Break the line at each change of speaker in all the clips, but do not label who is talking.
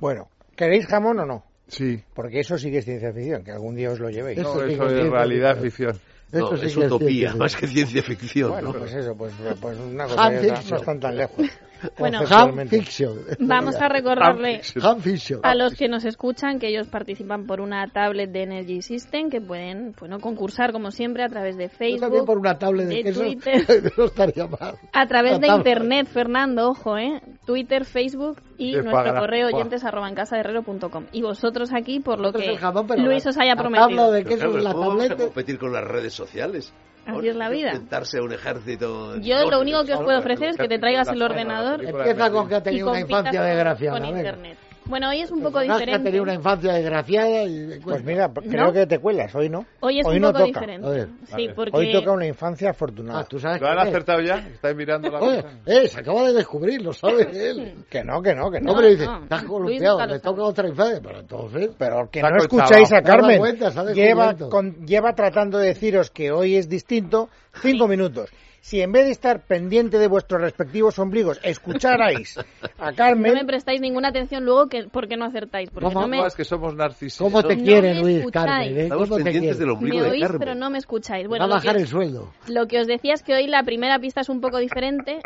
Bueno, ¿queréis jamón o no?
Sí.
Porque eso sí que es ciencia ficción, que algún día os lo llevéis.
No,
sí
eso
que
es
es
realidad ficción.
No,
Esto sí
es
que es
utopía,
ciencia
más que ciencia ficción.
Bueno,
¿no?
pues eso, pues, pues una cosa
Ham
y otra, no
fiction.
están tan lejos.
Bueno.
Ham
conceptualmente.
Fiction.
Vamos a recordarle
Ham Fiction.
a los que nos escuchan que ellos participan por una tablet de Energy System que pueden bueno, concursar como siempre a través de
Yo también
Facebook,
por una tablet de,
de
quesos,
Twitter.
no estaría mal.
a través de
Tablet.
internet, Fernando, ojo, ¿eh? Twitter, Facebook y
Te
nuestro
pagará.
correo
Buah.
oyentes arroba en casa de herrero punto com. Y vosotros aquí por lo
Nosotros
que
el jamón, pero
Luis
la-
os
la
haya
tabla
prometido.
de
Pero
quesos,
claro,
la
¿cómo vamos a
tableta.
competir con las redes sociales?
Así es la vida.
Enfrentarse a un ejército.
Yo lo único que os puedo
Ahora,
ofrecer es que te
las
traigas el
formas,
ordenador
las
Empieza con que ha
y
tenido una
compitas
infancia
con-
desgraciada.
con
venga.
internet. Bueno, hoy es un poco
Personaje que ha tenido una
diferente.
infancia desgraciada y...
Pues mira, creo
¿No?
que te cuelas, hoy no.
Hoy es un
no
poco
toca.
diferente.
A ver,
sí,
vale.
porque
Hoy toca una infancia
Ah,
afortunada.
tú sabes
¿Lo han
quién es.
acertado ya? ¿Estáis mirando la
Oye,
cosa?
eh, se acaba de descubrir, lo sabe él.
Que no, que no, que no.
Hombre, dice,
no.
estás
Luis
columpiado,
nunca lo
le toca
sabe.
otra infancia. Pero entonces...
Pero que
Está
no
colchado.
escucháis a
Se ha dado
Carmen.
vueltas, se ha
lleva,
descubierto.
con- lleva tratando de deciros que hoy es distinto cinco minutos. Si en vez de estar pendiente de vuestros respectivos ombligos, escucharais a
no me
Carmen,
prestáis ninguna atención luego que porque no acertáis, porque
¿Cómo
no me
No, es que somos narcisistas.
¿Cómo te
No
quiere
me
Luis
escucháis.
Carmen? eh?
Estamos
¿Cómo te
pendientes
quiere?
del ombligo
me
de
oís,
Carmen.
pero no me escucháis.
Va
Bueno,
a
lo
bajar
que,
el sueldo.
lo que os decía es que hoy la primera pista es un poco diferente.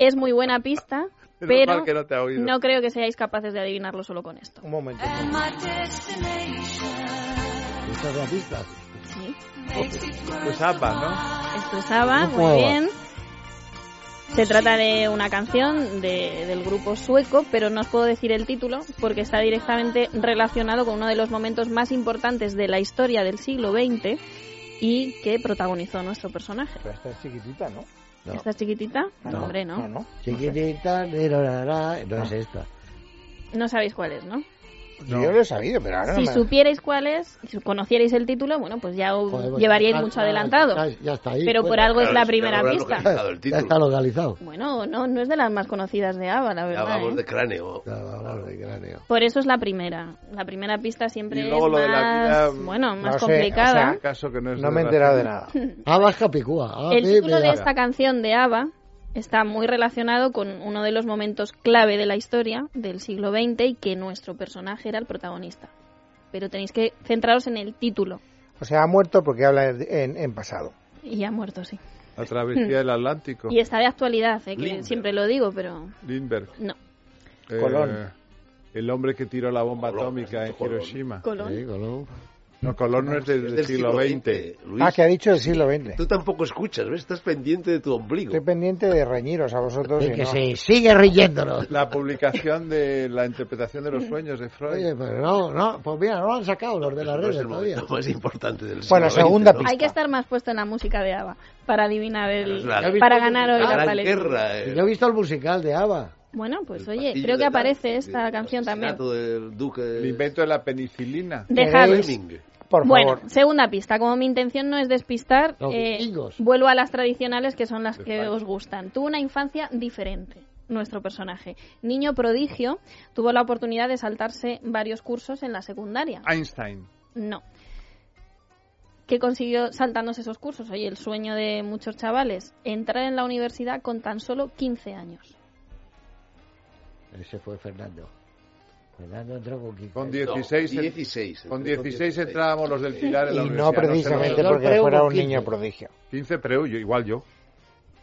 es muy buena pista,
Menos
pero
mal que no te ha oído.
no creo que seáis capaces de adivinarlo solo con esto.
un momento.
Esta es la pista.
Sí.
Pues ABBA, ¿no?
Esto es ABBA,
Ojo.
muy bien. Se trata de una canción de- del grupo sueco, pero no os puedo decir el título porque está directamente relacionado con uno de los momentos más importantes de la historia del siglo XX y que protagonizó nuestro personaje.
Pero esta es chiquitita, ¿no?
No.
¿Estás chiquitita? No,
No,
hombre, no.
No,
no.
no.
Chiquitita, nirorara, no es esta.
sabéis cuál es, ¿no?
Yo lo he sabido, pero ahora
Si
no me...
supierais cuál es, si conocierais el título, bueno, pues ya os
Joder, bueno,
llevaríais
ah,
ya
mucho
está,
adelantado.
Ya, ya está ahí.
Pero por
bueno,
algo es
Claro,
la
si
primera
ahora lo
pista.
localizado el
Ya
título.
está localizado.
Bueno, no, no es de las más conocidas de ABBA, la
Ya
verdad.
vamos
¿eh?
de cráneo.
Ya, vamos, de cráneo.
Por eso es la primera. La primera pista siempre
Y luego
es
lo de la
más,
vida,
bueno, más
no sé,
complicada.
o sea,
Caso que no es
No
de
me he
la-
enterado de nada.
Abas Ah, Capicúa.
el título de
da-
esta canción de ABBA está muy relacionado con uno de los momentos clave de la historia del siglo XX y que nuestro personaje era el protagonista. Pero tenéis que centraros en el título.
O sea, ha muerto porque habla en, en pasado.
Y ha muerto, sí.
La travesía del Atlántico.
Y está de actualidad, ¿eh? que
Lindbergh.
siempre lo digo, pero
Lindbergh.
no.
eh,
Colón.
El hombre que tiró la bomba
Colón,
atómica en
Colón.
Hiroshima.
Colón.
Sí, Colón.
No, Colón no es del,
Es del
siglo XX.
Luis.
Ah, que ha dicho el siglo XX.
Tú tampoco escuchas, ¿ves? Estás pendiente de tu ombligo.
Estoy pendiente de reñiros a vosotros.
Y
y
que
no.
se sigue riéndonos.
La publicación de la interpretación de los sueños de Freud.
Oye, pero no, no, pues mira, no lo han sacado los de las
No es
redes
el
todavía.
momento más importante del siglo
Bueno,
XX,
segunda
¿no?
pista.
Hay que estar más puesto en la música de ABBA para adivinar el...
Claro, es
la-
para ganar hoy
La
la
gran
paleta.
guerra. eh,
Yo he visto el musical de Ava.
Bueno, pues
el
oye,
pasillo
creo que
de
aparece
Dante,
esta
el
canción también.
asesinato del duque
El invento de la penicilina.
Dejadme.
Fleming.
Por
Bueno,
favor.
segunda pista. Como mi intención no es despistar,
Los
eh,
vikingos.
vuelvo a las tradicionales que son las que
España.
os gustan. Tuvo una infancia diferente nuestro personaje. Niño prodigio, tuvo la oportunidad de saltarse varios cursos en la secundaria.
Einstein.
No. ¿Qué consiguió saltándose esos cursos? Oye, el sueño de muchos chavales, entrar en la universidad con tan solo 15 años.
Ese fue Fernando. Fernando entró con Quique.
Con
No,
16, en-
16.
con 16 entrábamos los del Pilar en la
Y
universidad.
no
sé
precisamente
los-
Yo
porque
creo
fuera
que
un niño
quince.
prodigio.
15 preu, yo, igual yo.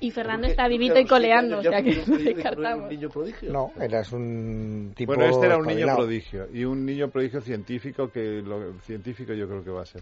Y Fernando está vivito y coleando, o sea que lo descartamos.
niño prodigio?
No, eras un tipo.
Bueno, este era un niño
espabilado.
prodigio. Y un niño prodigio científico, que lo científico yo creo que va a ser.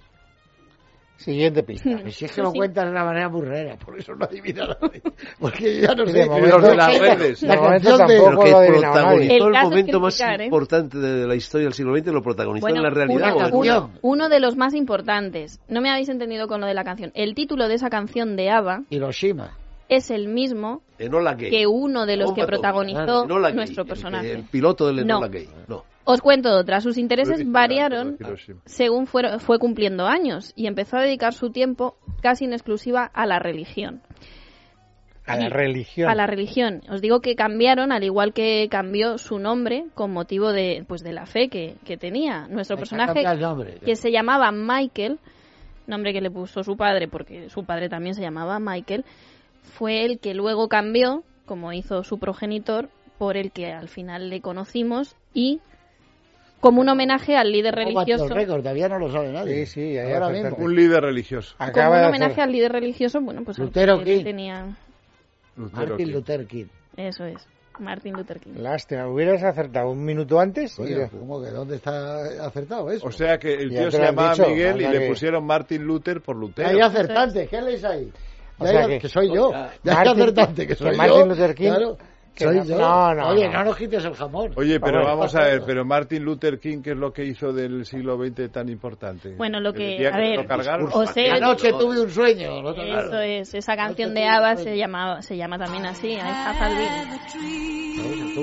Siguiente pista.
Pero Si es que lo
Pues Sí.
cuentas de una manera burrera, por eso no adivina nadie. Porque yo ya no
De
sé.
momento-
Los de las redes.
La
De momento
canción de-
Pero
tampoco
que
lo ha adivinado nadie.
El
protagonizó el,
caso es
momento más
criticar, ¿eh?
importante de la historia del siglo XX, lo protagonizó en la realidad.
una
o en
canción.
una-
canción.
uno de los más importantes. No me habéis entendido con lo de la canción. El título de esa canción de ABBA
Hiroshima.
es el mismo
en Enola Gay.
que uno de los
Bomba
que
atómica.
protagonizó
Enola Gay,
nuestro
el- El,
personaje.
piloto del Enola
No.
Gay. No.
Os cuento otra. Sus intereses
Hiroshima,
variaron
Hiroshima.
según fuero- fue cumpliendo años y empezó a dedicar su tiempo casi en exclusiva a la religión.
A la religión.
A la religión. Os digo que cambiaron, al igual que cambió su nombre con motivo de, pues, de la fe que, que tenía. Nuestro
Hay que
personaje
cambiar el nombre.
que se llamaba Michael, nombre que le puso su padre porque su padre también se llamaba Michael, fue el que luego cambió, como hizo su progenitor, por el que al final le conocimos y como un homenaje al líder
¿Cómo
religioso.
batió el récord? Todavía no lo sabe nadie.
Sí, sí, ahí
ahora
acerca-
mismo.
Un líder religioso.
Como
Acaba
un
de
homenaje
hacer-
al líder religioso, bueno, pues al
Lutero
que
King.
tenía.
Lutero
Martin
King.
Luther King.
Eso es, Martin Luther
Eh,
King.
Lástima, hubieras acertado un minuto antes. y
Coño,
lo-
¿cómo que dónde está acertado eso?
O sea que el
Ya
tío
te
se
lo han
llamaba
dicho,
Miguel y
anda
le
que-
pusieron Martin Luther por Lutero.
hay acertantes, ¿qué lees ahí?
O
Ya
sea
hay-
que-
que, soy yo. Ya hay
Martin-
acertante, que
que
soy yo.
Martin Luther King-
Claro,
que
soy
no-
yo.
no, no,
Oye,
no.
no nos quites el jamón.
Oye, pero
Vamos.
vamos a ver, pero Martin Luther King, ¿qué es lo que hizo del siglo XX tan importante?
Bueno, lo
El
que-
día
a ver,
lo cargaron.
o sea,
Anoche tuve un sueño. ¿no?
Eso es, esa canción de ABBA se, llamaba, se llama también así, ¿eh? I Have a Dream,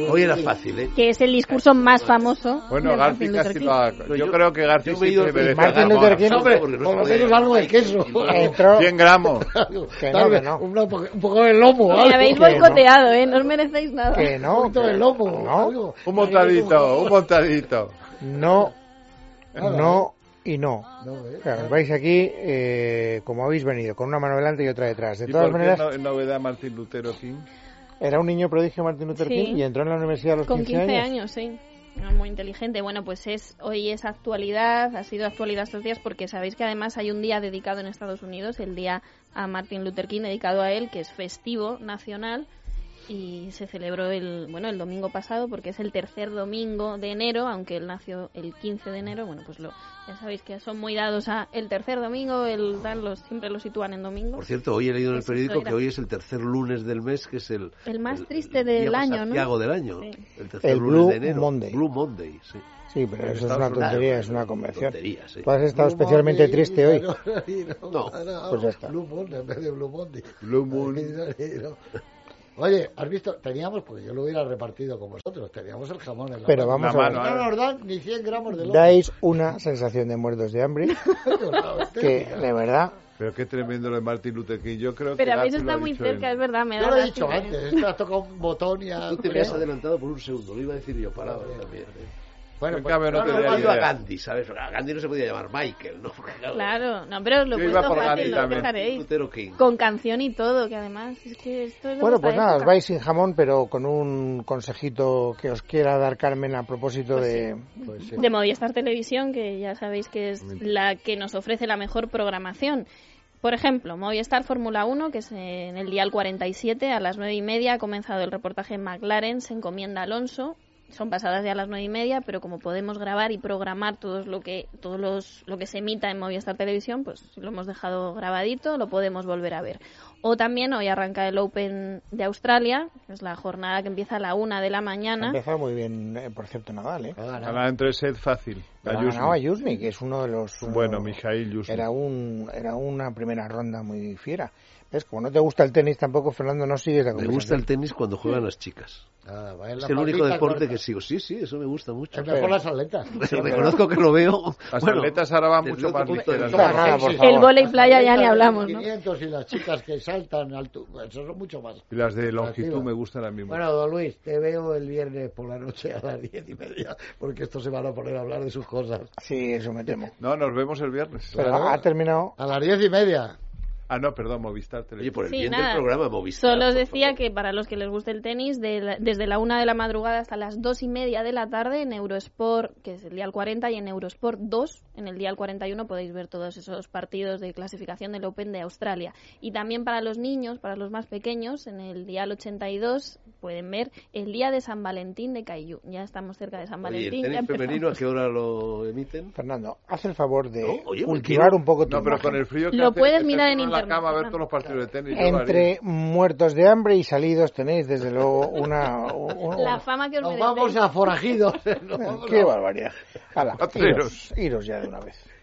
Hoy era fácil, ¿eh?
que es el discurso más famoso
Bueno,
de
Garci
Martin
casi lo
Luther King.
ha...
No,
Yo,
yo-
creo que Garci
yo me he ido
siempre
de-
merece
Martin
algo.
Luther King,
Hombre,
porque no
por lo
puede-
menos algo de queso.
Entró,
100 gramos.
Eh, que
Tal
no,
vez
que no.
una po- un poco de lomo.
Me
algo.
habéis
que no.
boicoteado, ¿eh? No os merecéis nada.
Que
Un
no,
poquito de
que-
lomo.
no,
algo.
Un montadito, un montadito.
no,
Nada.
no y no.
No, eh.
Claro, vais aquí eh, como habéis venido, con una mano delante y otra detrás. De
¿Y
todas
por qué
maneras,
no, novedad Martin Luther King?
era un niño prodigio Martin Luther
Sí.
King y entró en la universidad a los
Con
15, años.
sí. Era Muy inteligente. Bueno, pues es hoy es actualidad, ha sido actualidad estos días porque sabéis que además hay un día dedicado en Estados Unidos, el día a Martin Luther King dedicado a él, que es festivo nacional y se celebró el bueno el domingo pasado porque es el tercer domingo de enero, aunque él nació el 15 de enero. Bueno, pues lo ya sabéis que son muy dados a el tercer domingo, el tal, los siempre lo sitúan en domingo.
Por cierto, hoy he leído en el
Eso
periódico
Pues era.
que hoy es el tercer lunes del mes, que es el...
El más triste del
Diego
año, ¿no?
Santiago del año.
Sí.
El tercer
El
lunes
Blue
de enero.
Monday.
Blue Monday, sí.
Sí, pero
En
eso es
Estados
una
Unidos.
tontería, es una convención.
Tontería, sí.
Tú has estado
Blue
especialmente
Monday,
triste hoy.
no, no,
No,
no,
pues ya está.
Blue Moon en vez de Blue Monday.
Blue Moon.
No. Oye, ¿has visto? Teníamos, porque yo lo hubiera repartido con vosotros, teníamos el jamón en la
Pero
mano.
vamos
La
a
mano, ¿eh?
ver.
No nos dan ni 100 gramos de lomo.
Dais una sensación de muertos de hambre que, de verdad,
Pero qué tremendo lo de Martin Luther King. Yo creo que
Pero
Garci
habéis
lo
estado
ha
muy
dicho
cerca,
en-
es verdad, me
Yo
da
lo he
lástima,
dicho
¿eh?
antes, esto has tocado un botón y
Ah,
has...
Tú te habías adelantado por un segundo, lo iba a decir yo, palabra también. ¿eh?
Bueno,
En
pues,
cambio, no
no,
te
no,
daría
Yo
vale.
idea.
iba a Gandhi, ¿sabes? A Gandhi no se podía llamar Michael, ¿no?
Claro, no, pero os lo he
Yo iba
puesto
por Gandhi
fácil, lo
también.
dejaréis.
Lutero King.
Con canción y todo, que además es que esto es de
Bueno,
nuestra
pues nada, os
época.
vais sin jamón, pero con un consejito que os quiera dar Carmen a propósito de...
Pues sí.
De Movistar Televisión, que ya sabéis que es la que nos ofrece la mejor programación. Por ejemplo, Movistar Fórmula 1, que es en el Dial 47, a las 9 y media ha comenzado el reportaje en McLaren, se encomienda Alonso. Son pasadas ya las nueve y media, pero como podemos grabar y programar todo lo que, todos los, lo que se emita en Movistar Televisión, pues lo hemos dejado grabadito, lo podemos volver a ver. O también hoy arranca el Open de Australia, que es la jornada que empieza a la una de la mañana.
Empezar muy bien, eh, por cierto, Nadal, ¿eh?
Ha ganado.
Ganaba entre set fácil.
Pero ha
Ayuso.
ganado a Yuzny, que es uno de los... uno-
Bueno, Mijail Yusuf.
Era, un, era una primera ronda muy fiera. ¿Ves? Como no te gusta el tenis tampoco, Fernando, no sigues la
Me gusta
conversación.
el tenis cuando juegan las chicas.
Ah, va en la
Es el único
patita
deporte
corta.
que sigo. Sí, sí, eso me gusta mucho.
Es mejor las atletas.
Reconozco que lo veo.
Las
bueno,
atletas ahora van
desde
mucho
otro
más
punto de
ligeras.
vista.
No, nada, por
Sí, sí.
favor.
El vóley playa ya ni
Las
hablamos, ¿no?
500 y las chicas que saltan alto, eso son mucho más.
Y las de longitud
Atractiva.
me gustan a mí mucho.
Bueno, don Luis, te veo el viernes por la noche a las diez y media, porque estos se van a poner a hablar de sus cosas.
Sí, eso me temo.
No, nos vemos el viernes.
Pero
Claro.
Ah.
ha terminado...
A las diez y media.
Ah, no, perdón, Movistar
Oye,
Televisión.
por el
Sí,
bien
nada.
del programa Movistar.
Solo os
por
decía
favor.
que para los que les guste el tenis, de la- desde la una de la madrugada hasta las dos y media de la tarde en Eurosport, que es el día 40, y en Eurosport 2, en el día 41, podéis ver todos esos partidos de clasificación del Open de Australia. Y también para los niños, para los más pequeños, en el día 82 pueden ver el día de San Valentín de Caillou. Ya estamos cerca de San
Oye,
Valentín.
¿el
ya
tenis
empezamos.
femenino a qué hora lo emiten?
Fernando, haz el favor de
No, oye, me
cultivar
quiero-
un poco tu
No, pero
imagen.
con el frío que
Lo
hace,
puedes
te
mirar en
pones la
internet,
cama a ver
¿no?
todos los partidos de tenis. yo lo haría.
Entre muertos de hambre y salidos tenéis, desde luego, una... un-
La fama que os
Nos
merecéis.
vamos a forajidos. nos
Eh,
vamos
Qué
a-
barbaridad. Hala,
Potreros.
iros, iros ya de una vez.